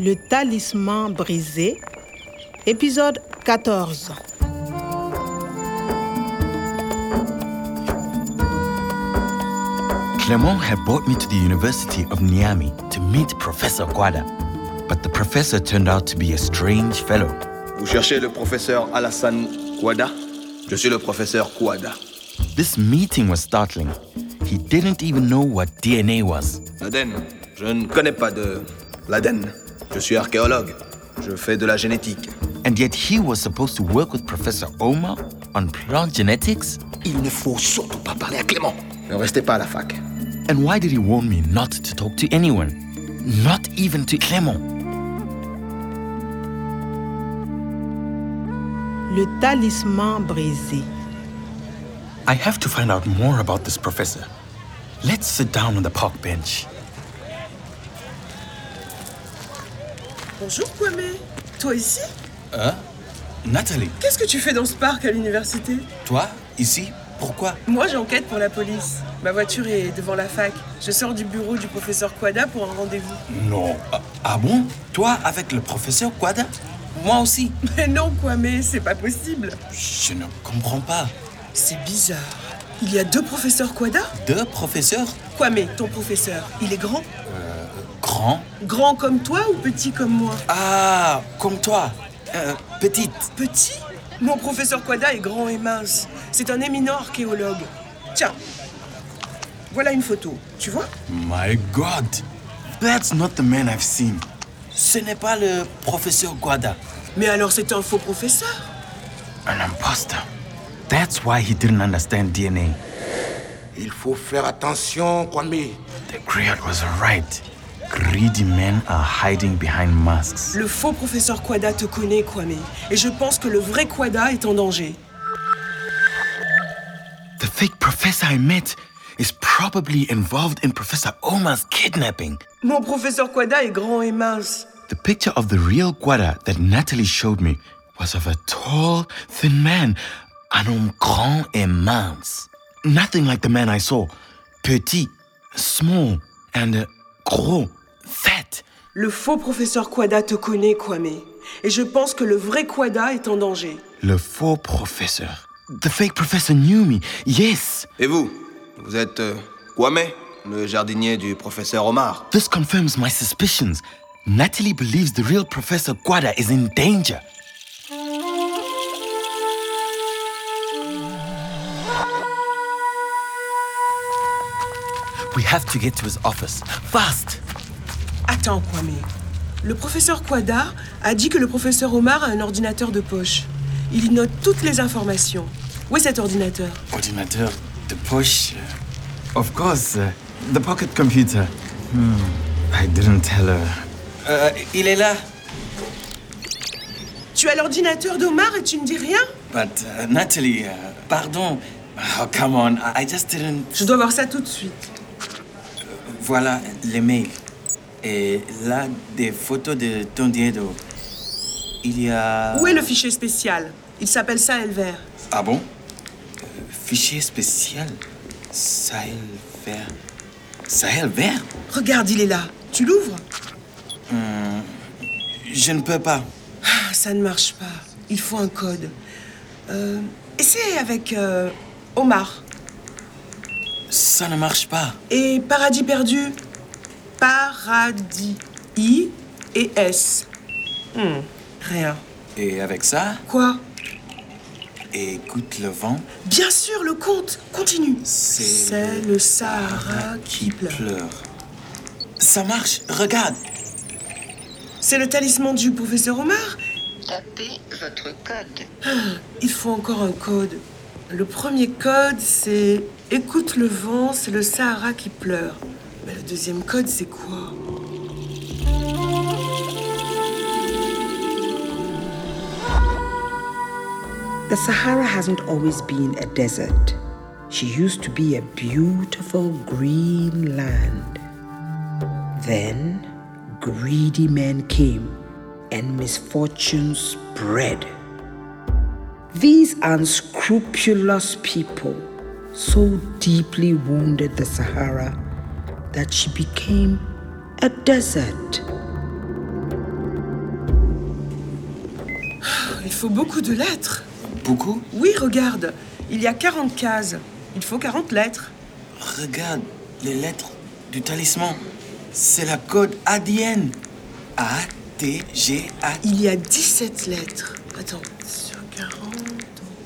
Le talisman brisé, épisode 14. Clement had brought me to the University of Niamey to meet Professor Kwada, but the professor turned out to be a strange fellow. Vous cherchez le professeur Alassane Kouada Je suis le professeur Kouada. This meeting was startling. He didn't even know what DNA was. L'ADN Je ne connais pas de l'ADN. Je suis archéologue. Je fais de la génétique. And yet he was supposed to work with Professor Omar on plant genetics? Il ne faut surtout pas parler à Clément. Ne restez pas à la fac. And why did he warn me not to talk to anyone? Not even to Clement. Le talisman brisé. I have to find out more about this professor. Let's sit down on the park bench. Bonjour Kwame, toi ici Nathalie, Qu'est-ce que tu fais dans ce parc à l'université toi, ici, pourquoi Moi j'enquête pour la police. Ma voiture est devant la fac. Je sors du bureau du professeur Kwada pour un rendez-vous. Non. Ah, ah bon Toi avec le professeur Quada Moi aussi. Mais non Kwame, c'est pas possible. Je ne comprends pas. C'est bizarre. Il y a deux professeurs Kwada Deux professeurs Kwame, ton professeur, il est grand grands Grand comme toi ou petit comme moi Ah, comme toi. Euh, petite. Petit Mon professeur Kwada est grand et mince. C'est un éminent archéologue. Tiens, voilà une photo. Tu vois My God. That's not the man I've seen. Ce n'est pas le professeur Quada. Mais alors c'est un faux professeur An imposter. That's why he didn't understand DNA. Il faut faire attention, Kwame. The Griot was right. Greedy men are hiding behind masks. Le faux professeur Quada te connaît, Kwame, et je pense que le vrai Quada est en danger. The fake professor I met is probably involved in Professor Omar's kidnapping. Mon professeur Quada est grand et mince. The picture of the real Guada that Natalie showed me was of a tall, thin man, an homme grand et mince. Nothing like the man I saw. Petit, small, and uh, gros, fat. Le faux professeur Quada te connaît, Kwame, et je pense que le vrai Quada est en danger. Le faux professor. The fake professor knew me. Yes, Et vous Vous êtes euh, Kwame, le jardinier du professeur Omar. this confirms my suspicions. Natalie believes the real Professor Guada is in danger. We have to get to his office. Fast! Attends, Kwame. Le professeur Quada a dit que le professeur Omar a un ordinateur de poche. Il y note toutes les informations. Où est cet ordinateur Ordinateur de poche. Of course, uh, the pocket computer. Hmm. I didn't tell her. Euh, il est là. Tu as l'ordinateur d'Omar et tu ne dis rien But uh, Nathalie, uh, pardon. Oh, come on. I I just didn't. Je dois voir ça tout de suite. Voilà les mails. Et là, des photos de ton Diego. Il y a. Où est le fichier spécial Il s'appelle ça Elver. Ah bon Euh, Fichier spécial Sahel vert. Sahel vert Regarde, il est là. Tu l'ouvres Je ne peux pas. Ah, Ça ne marche pas. Il faut un code. Euh, essaie avec euh, Omar. Ça ne marche pas. Et Paradis perdu Paradis. I et S. Hmm, rien. Et avec ça, Quoi écoute le vent. Bien sûr, le compte. Continue. C'est C'est le Sahara qui pleure. Ça marche, regarde. C'est le talisman du professeur Omar Tapez votre code. Il faut encore un code. Le premier code, c'est Écoute le vent, c'est le Sahara qui pleure. Mais le deuxième code, c'est quoi The Sahara hasn't always been a desert. She used to be a beautiful green land. Then, greedy men came and misfortune spread. These unscrupulous people so deeply wounded the Sahara that she became a desert. faut beaucoup de lettres. Beaucoup Oui, regarde, il y a 40 cases. Il faut 40 lettres. Regarde les lettres du talisman. C'est la code ADN. A, T, G, A. Il y a 17 lettres. Attends, sur 40.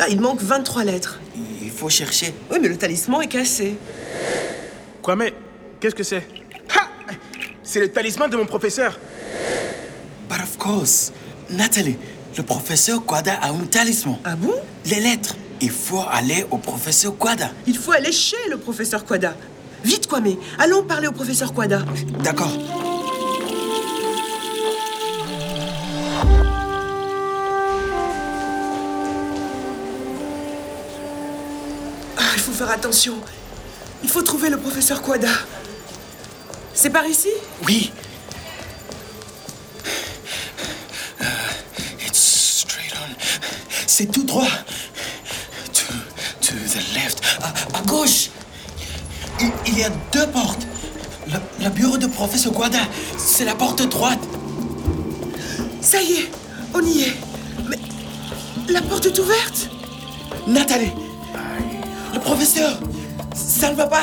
Ah, il manque 23 lettres. Il faut chercher. Oui, mais le talisman est cassé. Kwame, qu'est-ce que c'est Ha C'est le talisman de mon professeur. But of course. Nathalie, le professeur Quada a un talisman. Ah bon Les lettres. Il faut aller au professeur Quada. Il faut aller chez le professeur Quada. Vite, Kwame, allons parler au professeur Quada. D'accord. Ah, il faut faire attention. Il faut trouver le professeur Quada. C'est par ici Oui. Euh, it's straight on. C'est tout droit. To, to the left. À, à gauche. Il, il y a deux portes. Le, le bureau de professeur Guada, c'est la porte droite. Ça y est, on y est. Mais la porte est ouverte Nathalie. Le professeur. Ça ne va pas.